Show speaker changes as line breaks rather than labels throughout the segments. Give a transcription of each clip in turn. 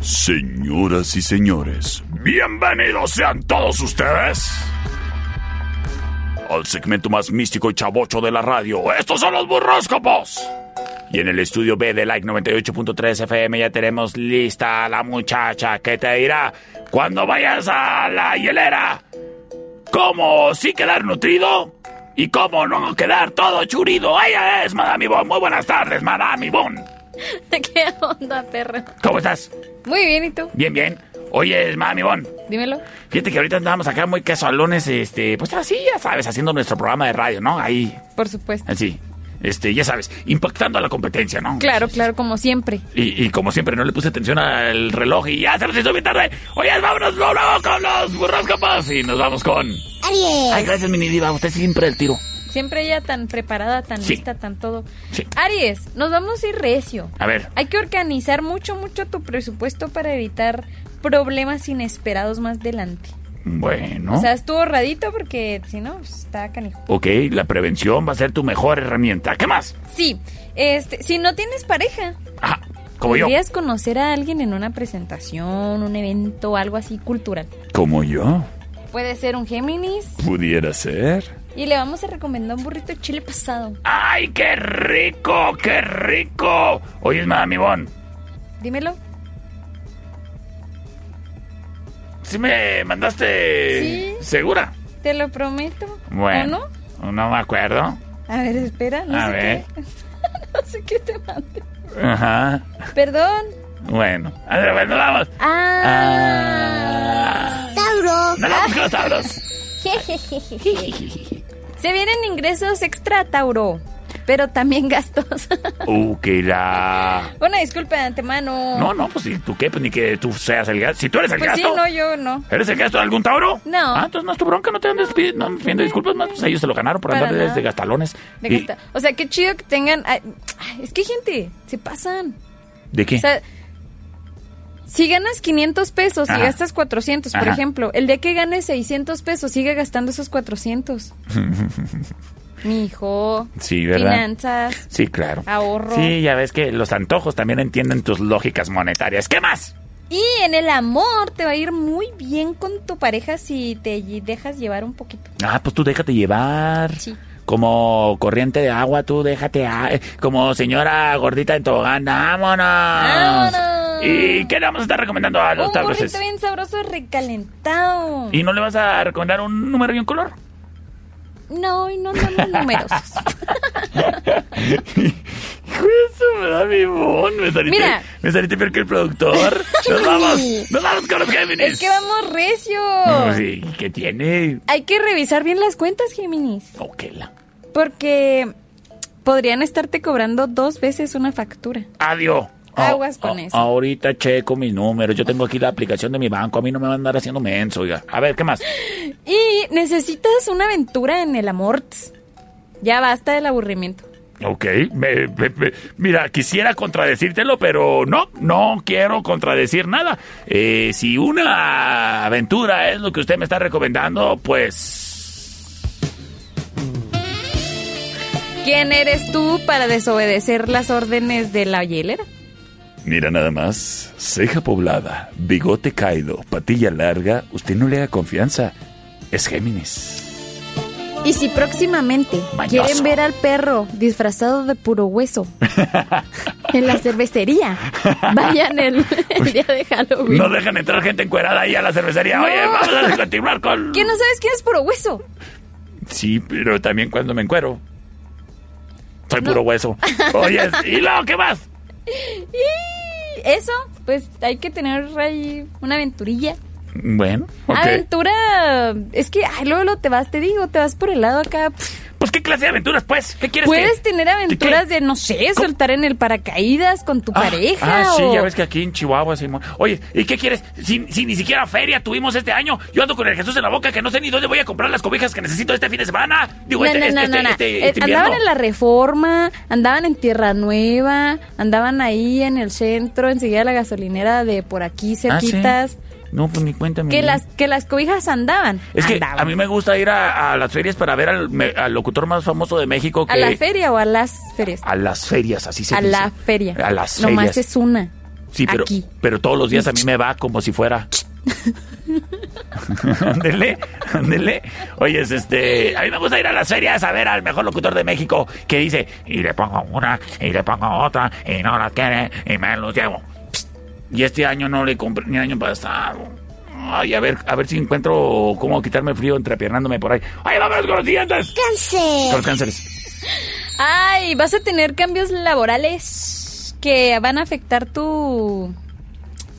Señoras y señores, bienvenidos sean todos ustedes al segmento más místico y chavocho de la radio. Estos son los burróscopos. Y en el estudio B de Like 98.3 FM ya tenemos lista a la muchacha que te dirá cuando vayas a la hielera cómo sí quedar nutrido y cómo no quedar todo churido. Ella es Madame Yvonne. Muy buenas tardes, Madame Yvonne.
¿Qué onda, perro?
¿Cómo estás?
Muy bien, ¿y tú?
Bien, bien. Oye, Madame Yvonne.
Dímelo.
Fíjate que ahorita andábamos acá muy casualones, este, pues así, ya sabes, haciendo nuestro programa de radio, ¿no? Ahí,
Por supuesto.
así, este, ya sabes, impactando a la competencia, ¿no?
Claro, claro, como siempre.
Y, y como siempre, no le puse atención al reloj y ya se nos hizo bien tarde. Oye, vámonos luego, luego con los burroscopos y nos vamos con... Ay, gracias, mini diva, usted siempre el tiro.
Siempre ella tan preparada, tan
Sí.
lista, tan todo.
Sí.
Aries, nos vamos a ir recio.
A ver,
Hay que organizar mucho, mucho tu presupuesto para evitar problemas inesperados más adelante.
bueno...
O sea, estuvo ahorradito porque si no, pues, está canijo.
Ok, la prevención va a ser tu mejor herramienta. ¿Qué más?
Sí, este, si no tienes pareja,
Ajá, como yo.
podrías conocer a alguien en una presentación, un evento, algo así cultural.
¿Como yo?
Puede ser un Géminis
¿Pudiera ser?
y le vamos a recomendar un burrito de chile pasado.
¡Ay, qué rico, qué rico! Oye, Madame Yvonne,
Dímelo.
¿sí me mandaste
Sí.
segura?
Te lo prometo.
Bueno.
¿O no?
no? me acuerdo.
A ver, espera, no
A
sé
ver.
qué. no sé qué te mandé.
Ajá.
Perdón.
Bueno. A ver, bueno, vamos.
Ah.
¡No vamos con pues, los sabros!
Se vienen ingresos extra, Tauro. Pero también gastos.
¡Uh, que la...
Una disculpa de antemano.
No, no, pues si tú qué, pues ni que tú seas el gasto. Si tú eres el
pues sí,
gasto.
no, yo no.
¿Eres el gasto de algún Tauro?
No.
Ah, entonces no es tu bronca, no te andes pidi- no, pidiendo disculpas más. Pues ellos se lo ganaron por
Para
andar
nada.
desde gastalones.
De
Y-
gasta- O sea, qué chido que tengan. ay, Es que, gente, se pasan.
¿De qué?
O sea, si ganas 500 pesos y
Ajá.
gastas 400, por
Ajá.
ejemplo, el día que ganes 600 pesos, sigue gastando esos 400. Mi hijo.
Sí, ¿verdad?
Finanzas.
Sí, claro.
Ahorro.
Sí, ya ves que los antojos también entienden tus lógicas monetarias. ¿Qué más?
Y en el amor te va a ir muy bien con tu pareja si te lle- dejas llevar un poquito.
Ah, pues tú déjate llevar.
Sí.
Como corriente de agua, tú déjate. a- eh, Como señora gordita en tobogán, vámonos.
¡Vámonos!
¿Y qué le vamos a estar recomendando a los
Un
tablones?
burrito bien sabroso recalentado.
¿Y no le vas a recomendar un número y un color?
No, y no andamos numerosos.
Eso me da mi bon. Me saliste,
Mira.
me saliste peor que el productor. Nos vamos. Nos vamos con los Géminis. Mm,
es que vamos recio.
Sí, ¿qué tiene?
Hay que revisar bien las cuentas, Géminis.
Oh, qué la-
Porque podrían estarte cobrando dos veces una factura.
Adiós. A-
Aguas con
a-
eso.
Ahorita checo mis números. Yo tengo aquí la aplicación de mi banco. A mí no me van a andar haciendo menso, oiga. A ver, ¿qué más?
Y necesitas una aventura en el amor. Ya basta del aburrimiento.
Ok. me- me- me- mira, quisiera contradecírtelo, pero no, no quiero contradecir nada. Eh, si una aventura es lo que usted me está recomendando, pues...
¿Quién eres tú para desobedecer las órdenes de la hielera?
Mira nada más. Ceja poblada, bigote caído, patilla larga. Usted no le da confianza. Es Géminis.
Y si próximamente
Mañoso.
quieren ver al perro disfrazado de puro hueso en la cervecería, vayan el, el día de Halloween.
No dejan entrar gente encuerada ahí a la cervecería. Oye,
No.
vamos a continuar con...
¿Quién no sabes quién es puro hueso?
Sí, pero también cuando me encuero. Soy
No.
puro hueso. Oye, ¿y luego qué más?
Y eso, pues hay que tener ahí una aventurilla.
Bueno, ok.
Aventura. Es que, ay, luego lo te vas, te digo, te vas por el lado acá.
Pues, ¿qué clase de aventuras, pues? ¿Qué quieres
Puedes
que-
tener aventuras
qué?
de, no sé, soltar en el paracaídas con tu
Ah,
pareja.
Ah, sí,
o-
ya ves que aquí en Chihuahua, Simón. Oye, ¿y qué quieres? Si, si ni siquiera feria tuvimos este año, yo ando con el Jesús en la boca que no sé ni dónde voy a comprar las cobijas que necesito este fin de semana. Digo,
No,
este,
no,
este,
no,
este,
no, no.
este-
Eh,
este
andaban
invierno.
en la reforma, andaban en Tierra Nueva, andaban ahí en el centro, enseguida la gasolinera de por aquí,
Ah, sí.
cerquitas.
No, pues ni cuéntame.
Que las, que las cobijas andaban.
Es que
Andaban.
a mí me gusta ir a, a las ferias para ver al, me- al locutor más famoso de México que... Ah,
¿A la feria o a las ferias?
A las ferias, así se
a
dice.
la feria.
A las
Nomás
ferias.
es una.
Sí, pero,
Aquí.
pero todos los días a mí me va como si fuera. Ándele, ándele. Oye, es este, a mí me gusta ir a las ferias a ver al mejor locutor de México que dice, y le pongo una, y le pongo otra, y no las quiere, y me los llevo. Psst. Y este año no le compré, ni año pasado. Ay, a ver, a ver si encuentro cómo quitarme el frío entrepiernándome por ahí. ¡Ay, vámonos con los dientes! ¡Cáncer! Con los cánceres.
Ay, vas a tener cambios laborales que van a afectar tu,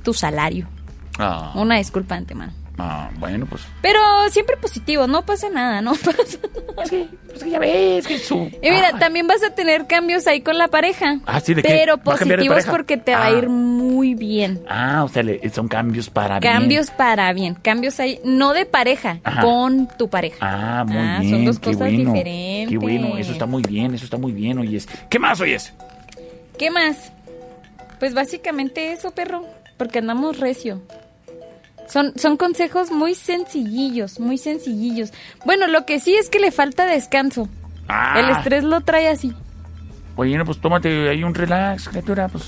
tu salario.
Ah,
Una disculpa de antemano.
ah, bueno, pues.
Pero siempre positivo, no pasa nada, no pasa nada.
Es que, es que ya ves que su.
Y mira,
Ay.
también vas a tener cambios ahí con la pareja.
Ah, sí, ¿de qué?
pero
¿Va a cambiar de
positivos
pareja?
porque te va a
Ah.
ir muy bien.
Ah, o sea, le- son cambios para bien.
Cambios para bien, cambios ahí, no de pareja,
Ajá.
con tu pareja.
Ah, muy
Ah,
bien.
Son dos
qué
cosas
bueno,
diferentes.
Qué bueno, eso está muy bien, eso está muy bien, oyes. ¿Qué más oyes?
¿Qué más? Pues básicamente eso, perro, porque andamos recio. Son, son consejos muy sencillillos, muy sencillillos. Bueno, lo que sí es que le falta descanso.
Ah,
El estrés lo trae así.
Oye, no, pues tómate ahí un relax, criatura, pues.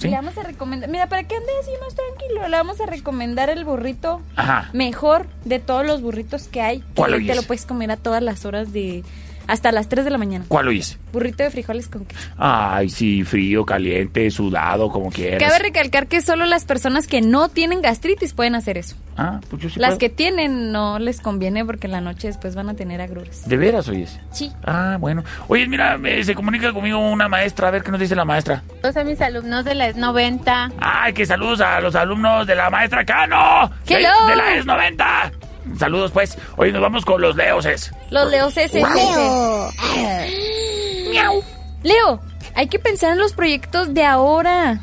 ¿Sí?
Le vamos a recomendar. Mira, para que ande así más tranquilo, le vamos a recomendar el burrito
Ajá.
mejor de todos los burritos que hay. Que
¿Cuál
te
oyes?
lo puedes comer a todas las horas de. hasta las 3 de la mañana.
¿Cuál oyes?
Burrito de frijoles con queso.
Ay, sí, frío, caliente, sudado, como quieras.
Cabe recalcar que solo las personas que no tienen gastritis pueden hacer eso.
Ah, pues yo sí
Las
puedo.
que tienen no les conviene porque en la noche después van a tener agruras.
¿De veras oyes?
Sí.
Ah, bueno. Oye, mira, eh, se comunica conmigo una maestra, a ver qué nos dice la maestra.
Todos a mis alumnos de la ES 90.
Ay, que saludos a los alumnos de la maestra Cano. De,
Hello.
de la ES 90. Saludos, pues. Hoy nos vamos con los leoses.
Los leos es Leo. Leo, hay que pensar en los proyectos de ahora.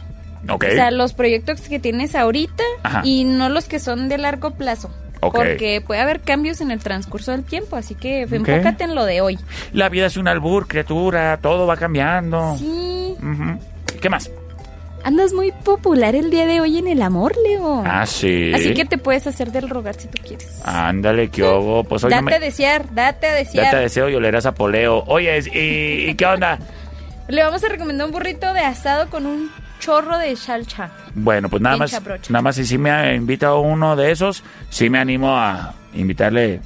Ok.
O sea, los proyectos que tienes ahorita
Ajá.
y no los que son de largo plazo.
Ok.
Porque puede haber cambios en el transcurso del tiempo, así que enfócate en lo de hoy.
La vida es un albur, criatura. Todo va cambiando.
Sí.
Ujú. ¿Qué más?
Andas muy popular el día de hoy en el amor, Leo.
Ah, sí.
Oh. Así que te puedes hacer del rogar si tú quieres.
Ándale, qué hubo. Pues hoy
date
no me...
a desear, date a desear.
Ya te deseo y olerás a poleo. Oye, ¿y, y qué onda?
Le vamos a recomendar un burrito de asado con un chorro de chalcha.
Bueno, pues nada
Pincha
más.
brocha.
Nada más, si sí me invita uno de esos, sí me animo a invitarle.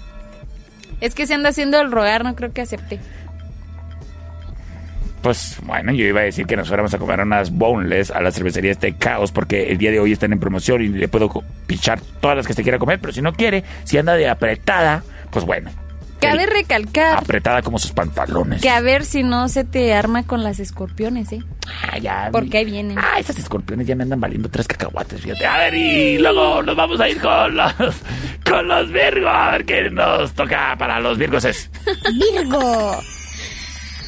Es que se anda haciendo el rogar, no creo que acepte.
Pues bueno, yo iba a decir que nos fuéramos a comer unas boneless a la cervecería este caos porque el día de hoy están en promoción y le puedo co- pichar todas las que se quiera comer, pero si no quiere, si anda de apretada, pues bueno.
Cabe
El-
recalcar
apretada como sus pantalones.
que a ver si no se te arma con las escorpiones, ¿eh?
Ah, ya.
Porque ahí vienen.
Ah, esas escorpiones ya me andan valiendo tres cacahuates, fíjate. A ver, y luego nos vamos a ir con los, con los Virgos. A ver qué nos toca para los Virgos es.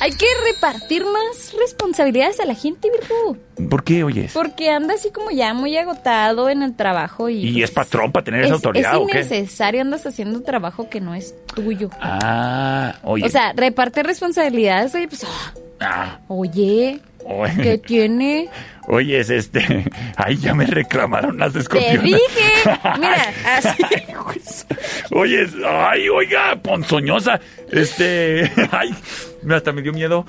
Hay que repartir más responsabilidades a la gente, Virgo.
¿Por qué, oyes?
Porque anda así como ya muy agotado en el trabajo y...
¿Y
pues,
es patrón para tener esa autoridad
es
o qué?
innecesario, andas haciendo trabajo que no es tuyo.
Ah, oye.
O sea, reparte responsabilidades, oye, pues, ah,
Ah,
oye,
oye.
¿qué tiene?
Oye, es este. Ay, ya me reclamaron las
Te
escorpiones.
dije, mira, así.
Oye, es- ay, oiga, ponzoñosa. Este. Ay, hasta me dio miedo.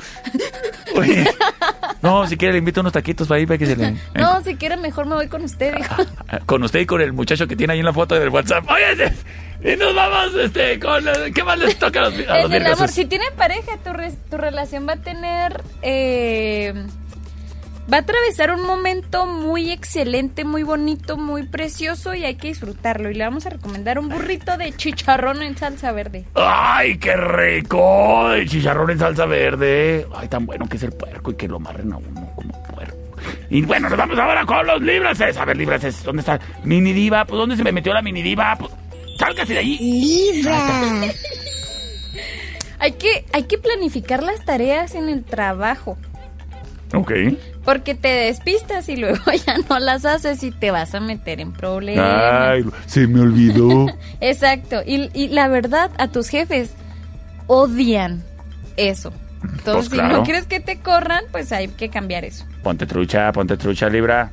Oye. No, si quiere le invito unos taquitos para ahí para que se le. Ah,
No, si quiere mejor me voy con usted, dijo.
Con usted y con el muchacho que tiene ahí en la foto del WhatsApp. Oye, este, y nos vamos, este, con. ¿Qué más les toca a los, a los
En el
virgos?
amor, si tiene pareja, tu, re- tu relación va a tener... eh, va a atravesar un momento muy excelente, muy bonito, muy precioso y hay que disfrutarlo. Y le vamos a recomendar un burrito de chicharrón en salsa verde.
¡Ay, qué rico! El chicharrón en salsa verde. Ay, tan bueno que es el puerco y que lo amarren a uno como puerco. Y bueno, nos vamos ahora con los librases. A ver, librases, ¿dónde está? Mini diva, pues ¿dónde se me metió la mini diva? Pues, sálgase de ahí.
Libra.
Hay que, hay que planificar las tareas en el trabajo.
Ok.
Porque te despistas y luego ya no las haces y te vas a meter en problemas.
Ay, se me olvidó.
Exacto. Y, y la verdad, a tus jefes odian eso. Entonces,
Pues
si
claro.
no quieres que te corran, pues hay que cambiar eso.
Ponte trucha, ponte trucha, Libra.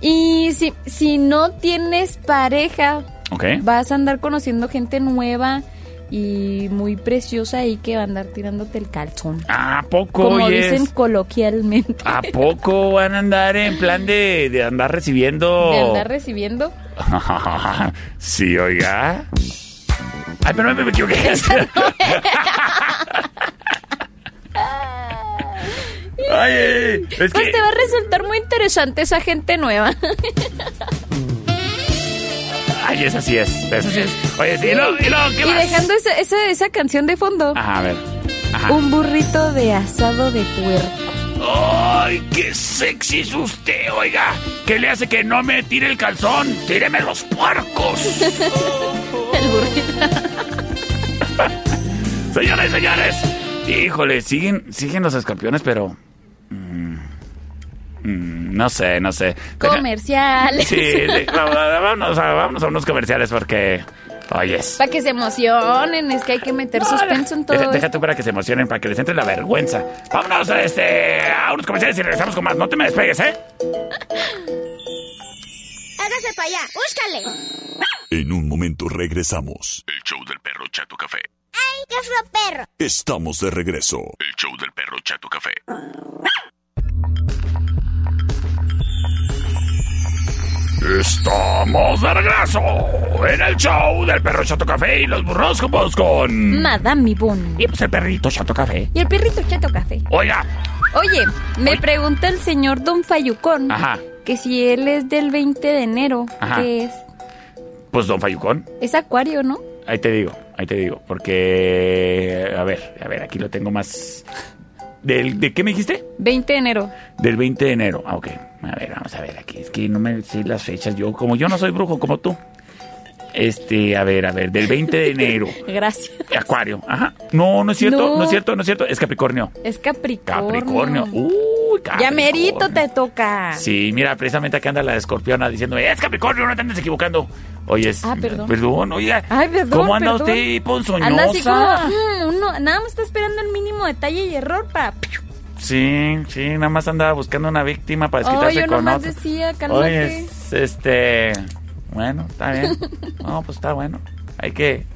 Y si, si no tienes pareja,
Ok.
vas a andar conociendo gente nueva y muy preciosa ahí que va a andar tirándote el calzón.
¿A poco,
Como
oyes?
dicen coloquialmente.
¿A poco van a andar en plan de, de andar recibiendo?
De andar recibiendo.
sí, oiga. Ay, pero me, me equivoqué. Ay, ay, ay, es
Pues
que
te va a resultar muy interesante esa gente nueva.
Ay, esa sí es. Esa sí es. Oye, sí, y luego, y luego, ¿qué
Y
más?
dejando esa, esa, esa canción de fondo,
Ajá, a ver. Ajá.
un burrito de asado de puerco.
Ay, qué sexy es usted, oiga. ¿Qué le hace que no me tire el calzón? Tíreme los puercos.
El burrito.
Señores, señores. Híjole, siguen, siguen los escorpiones, pero. mm, mm, no sé, no sé. Deja-
Comercial.
Sí, de- vámonos, a, vámonos a unos comerciales porque. Oyes.
Para que se emocionen, es que hay que meter suspenso en todo.
Deja, deja
esto.
tú para que se emocionen, para que les entre la vergüenza. Vámonos a, este, a unos comerciales y regresamos con más. No te me despegues, ¿eh?
Hágase para allá. Búscale.
En un momento regresamos.
El show del perro Chato Café.
¡Qué feo perro!
Estamos de regreso.
El show del perro Chato Café.
Estamos de regreso en el show del perro Chato Café y los burroscopos con.
Madame Mibón.
Y pues el perrito Chato Café.
Y el perrito chato café.
Oiga,
Oye, me pregunta el señor Don Fayucón
Ajá.
que si él es del 20 de enero,
Ajá.
que es,
pues don Fayucón.
es acuario, ¿no?
Ahí te digo, ahí te digo. Porque. A ver, a ver, aquí lo tengo más. ¿Del, ¿De qué me dijiste?
20 de enero.
Del 20 de enero. Ah, ok. A ver, vamos a ver aquí. Es que no me sé las fechas. Yo, como yo no soy brujo como tú. Este, a ver, a ver, del 20 de enero.
Gracias.
Acuario. Ajá. No, no es cierto, no,
No.
es cierto, no es cierto. Es Capricornio.
Es Capricornio.
Capricornio. Uy, Capricornio.
Ya merito te toca.
Sí, mira, precisamente acá anda la escorpiona diciéndome, es Capricornio, no te andes equivocando. Oye, es...
Ah, perdón.
Perdón, oiga.
Ay, perdón,
¿Cómo anda
perdón.
usted ponzoñosa?
Anda así como, mm, uno, nada más está esperando el mínimo detalle y error para...
Sí, sí, nada más andaba buscando una víctima para
Oh,
desquitarse
yo
con
nomás
otra.
decía,
Oye,
cálmate.
es- este. Bueno, está bien. No, pues está bueno. Hay que.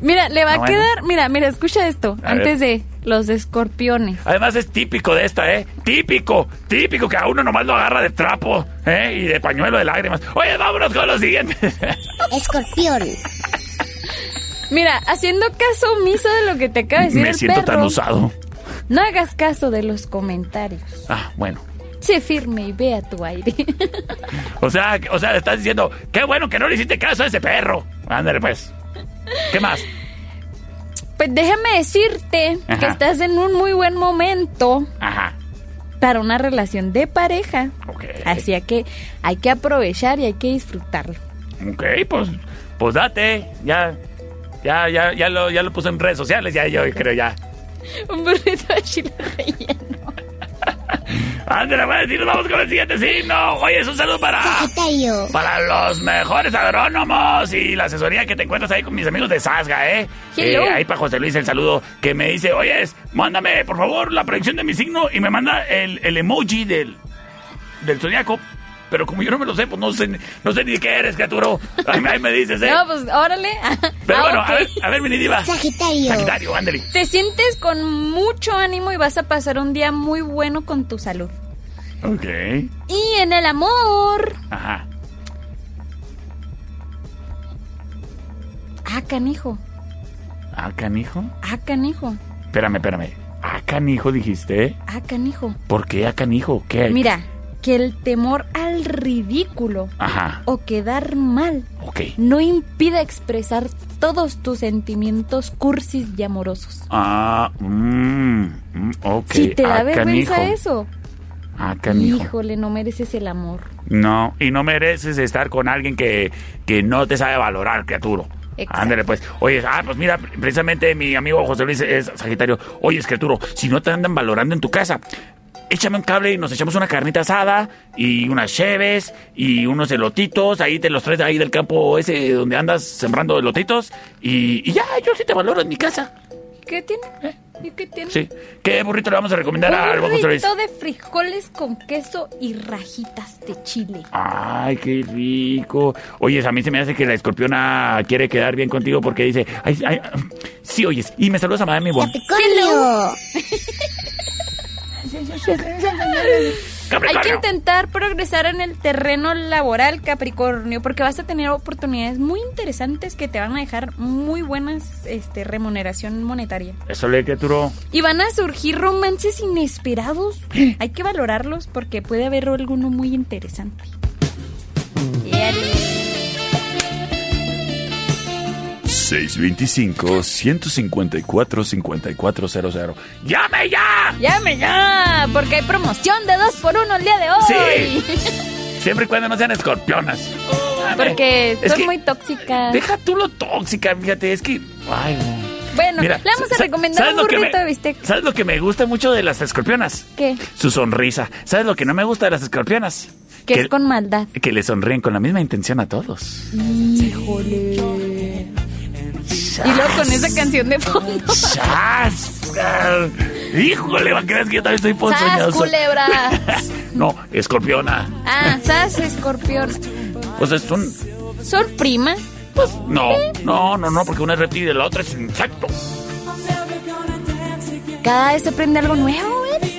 Mira, le va
Ah,
a
bueno.
quedar... Mira, mira, escucha esto.
A
antes
ver.
de los escorpiones.
Además, es típico de esta, ¿eh? Típico, típico que a uno nomás lo agarra de trapo, ¿eh? Y de pañuelo de lágrimas. Oye, vámonos con los siguientes.
Escorpión.
Mira, haciendo caso omiso de lo que te acaba de decir
Me
el
siento tan
perro,
usado.
No hagas caso de los comentarios.
Ah, bueno.
Sé firme y ve a tu aire.
O sea, o sea, le estás diciendo, qué bueno que no le hiciste caso a ese perro. Ándale, pues. ¿Qué más?
pues déjame decirte
Ajá.
que estás en un muy buen momento
Ajá.
para una relación de pareja.
Ok.
Así que hay que aprovechar y hay que disfrutarlo.
Ok, pues, pues date. Ya, ya, ya, ya lo, ya lo puse en redes sociales, ya yo creo ya.
Un burrito de chile relleno.
Ándale, pues, y nos vamos con el siguiente signo. Oye, es un saludo para,
Sagitario.
para los mejores agrónomos y la asesoría que te encuentras ahí con mis amigos de Sasga, ¿eh?
Hello.
Eh, ahí para José Luis el saludo que me dice, oye, es, mándame, por favor, la predicción de mi signo y me manda el, el emoji del, del zodiaco. Pero como yo no me lo sé, pues no sé, ni- no sé ni de qué eres, criatura. Ahí, me- ahí me dices, ¿eh?
No, pues órale.
Pero
Ah,
bueno,
ok.
a ver, a ver, mi diva.
Sagitario.
Sagitario, ándale.
Te sientes con mucho ánimo y vas a pasar un día muy bueno con tu salud.
Ok.
Y en el amor.
Ajá.
Ah, canijo.
Ah, canijo.
Ah, canijo.
Espérame, espérame. Ah, canijo dijiste.
Ah, canijo.
¿Por qué ah, canijo? ¿Qué?
Mira, que el temor al ridículo
Ajá.
o quedar mal
Ok.
no impida expresar todos tus sentimientos cursis y amorosos.
Ah, mmm. mm, ok.
Si te da
ah,
vergüenza
canijo.
eso,
Ah, canijo.
Híjole, no mereces el amor.
No, y no mereces estar con alguien que, que no te sabe valorar, criatura.
Exacto.
Ándale, pues. Oye, ah, pues mira, precisamente mi amigo José Luis es Sagitario. Oye, escrituro, si no te andan valorando en tu casa, échame un cable y nos echamos una carnita asada y unas cheves y unos elotitos. Ahí te los traes de ahí del campo ese donde andas sembrando elotitos. Y, y ya, yo sí te valoro en mi casa.
¿Qué tiene?
Eh.
¿Y qué tiene?
Sí. ¿Qué burrito le vamos a recomendar al
Un
buen José Luis?
rito de frijoles con queso y rajitas de chile.
Ay, qué rico. Oye, a mí se me hace que la escorpiona quiere quedar bien contigo porque dice, ay, ay, sí, oyes, y me saludas a Madame Ivonne.
Capricornio.
Hay que
Capricornio.
intentar progresar en el terreno laboral, Capricornio, porque vas a tener oportunidades muy interesantes que te van a dejar muy buenas este, remuneración monetaria.
Eso le criaturó.
Y van a surgir romances inesperados. Hay que valorarlos porque puede haber alguno muy interesante. Y al-
625-154-5400.
¡Llame ya!
¡Llame ya! Porque hay promoción de dos por uno el día de hoy.
Siempre y cuando no sean escorpionas.
Porque
Es
son
que-
muy tóxicas.
Deja tú lo tóxica, fíjate, es que... Ay, no.
Bueno, le vamos a
sa-
recomendar
¿sabes
un
lo que
burrito
me-
de bistec.
¿Sabes lo que me gusta mucho de las escorpionas?
¿Qué?
Su sonrisa. ¿Sabes lo que no me gusta de las escorpionas?
Que es con maldad.
que le sonríen con la misma intención a todos.
Y luego con esa canción de fondo.
¡Chas! ¡Híjole! ¿va a creer que yo también estoy ponzoñoso?
¡Sas, culebra!
No, escorpiona.
Ah, sas, escorpión.
Pues es un...
Son primas.
Pues no, no, no, no, porque una es reptil y la otra es insecto.
Cada vez se aprende algo nuevo, güey.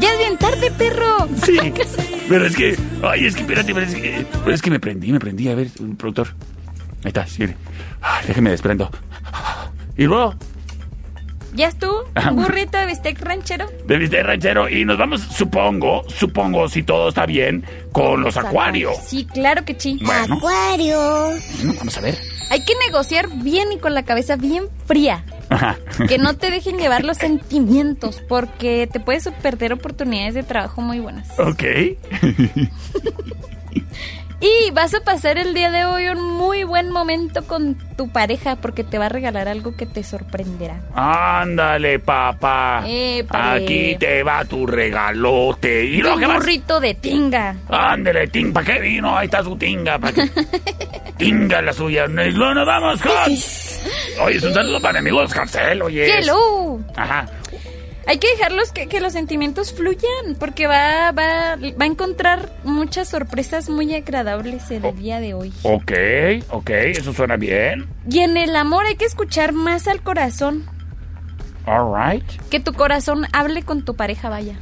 Ya es bien tarde, perro.
Sí, pero es que... Ay, es que, espérate, pero es que, pero es que me prendí, me prendí. A ver, un productor. Ahí está, sí. Ay, déjeme desprendo. Y luego,
¿Ya estuvo? ¿Un burrito de bistec ranchero?
de bistec ranchero, y nos vamos, supongo, supongo, si todo está bien, con los acuarios.
Sí, claro que sí.
Bueno,
Acuario.
vamos a ver.
Hay que negociar bien y con la cabeza bien fría.
Ajá.
Que no te dejen llevar los sentimientos, porque te puedes perder oportunidades de trabajo muy buenas.
Ok.
Y vas a pasar el día de hoy un muy buen momento con tu pareja, porque te va a regalar algo que te sorprenderá.
Ándale, papá.
Épale.
Aquí te va tu regalote. ¿Y lo
Un
que más?
burrito de tinga.
Ándale, ting, ¿para qué vino? Ahí está su tinga. ¿pa' qué? tinga la suya. Y luego nos vamos con... Oye, es un saludo para mi amigo Oscarcel, oye.
¡Hello!
Ajá.
Hay que dejarlos que, que los sentimientos fluyan, porque va, va, va a encontrar muchas sorpresas muy agradables
Oh.
el día de hoy.
Ok, ok, eso suena bien.
Y en el amor hay que escuchar más al corazón.
All right.
Que tu corazón hable con tu pareja, vaya.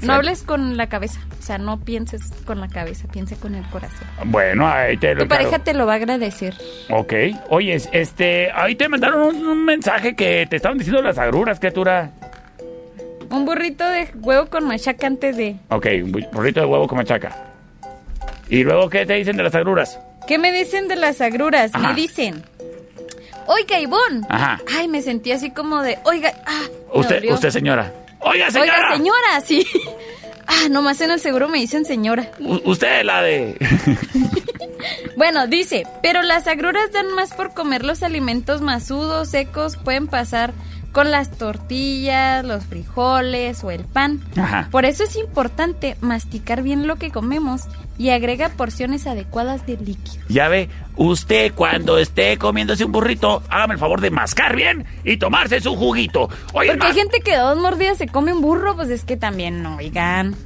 Sí.
No hables con la cabeza. O sea, no pienses con la cabeza, piensa con el corazón.
Bueno, ahí te lo...
Tu pareja
claro.
te lo va a agradecer.
Ok. Oye, este... Ahí te mandaron un, un mensaje que te estaban diciendo las agruras, criatura.
Un burrito de huevo con machaca antes de.
Ok, un bu- burrito de huevo con machaca. ¿Y luego qué te dicen de las agruras?
¿Qué me dicen de las agruras?
Ajá.
Me dicen. Oiga, Ivonne.
Ajá.
Ay, me sentí así como de. Oiga, ah. me
Usted,
dolió.
usted señora. Oiga, señora.
Oiga, señora, sí. Ah, nomás en el seguro me dicen señora.
U- usted la de...
Bueno, dice, pero las agruras dan más por comer los alimentos masudos, secos, pueden pasar con las tortillas, los frijoles o el pan.
Ajá.
Por eso es importante masticar bien lo que comemos y agrega porciones adecuadas de líquido.
Ya ve, usted cuando esté comiéndose un burrito, hágame el favor de mascar bien y tomarse su juguito. Oye,
Porque hay
ma-
gente que de dos mordidas se come un burro, pues es que también, no, oigan.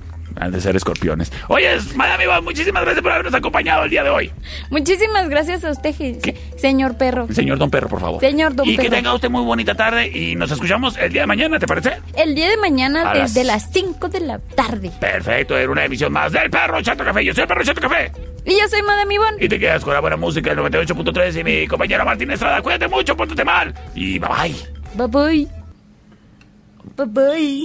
Han de ser escorpiones. Oye, madame Iván, muchísimas gracias por habernos acompañado el día de hoy.
Muchísimas gracias a usted, je- señor perro.
Señor Don Perro, por favor.
Señor Don
y Y que
Perro.
tenga usted muy bonita tarde y nos escuchamos el día de mañana, ¿te parece?
El día de mañana
A las-
desde las 5 de la tarde.
Perfecto, era una emisión más del Perro Chato Café. Yo soy el Perro Chato Café.
Y yo soy Madame Ivonne.
Y te quedas con la buena música del 98.3 y mi compañera Martín Estrada. Cuídate mucho, pórtate mal. Y bye bye.
Bye bye. Bye bye.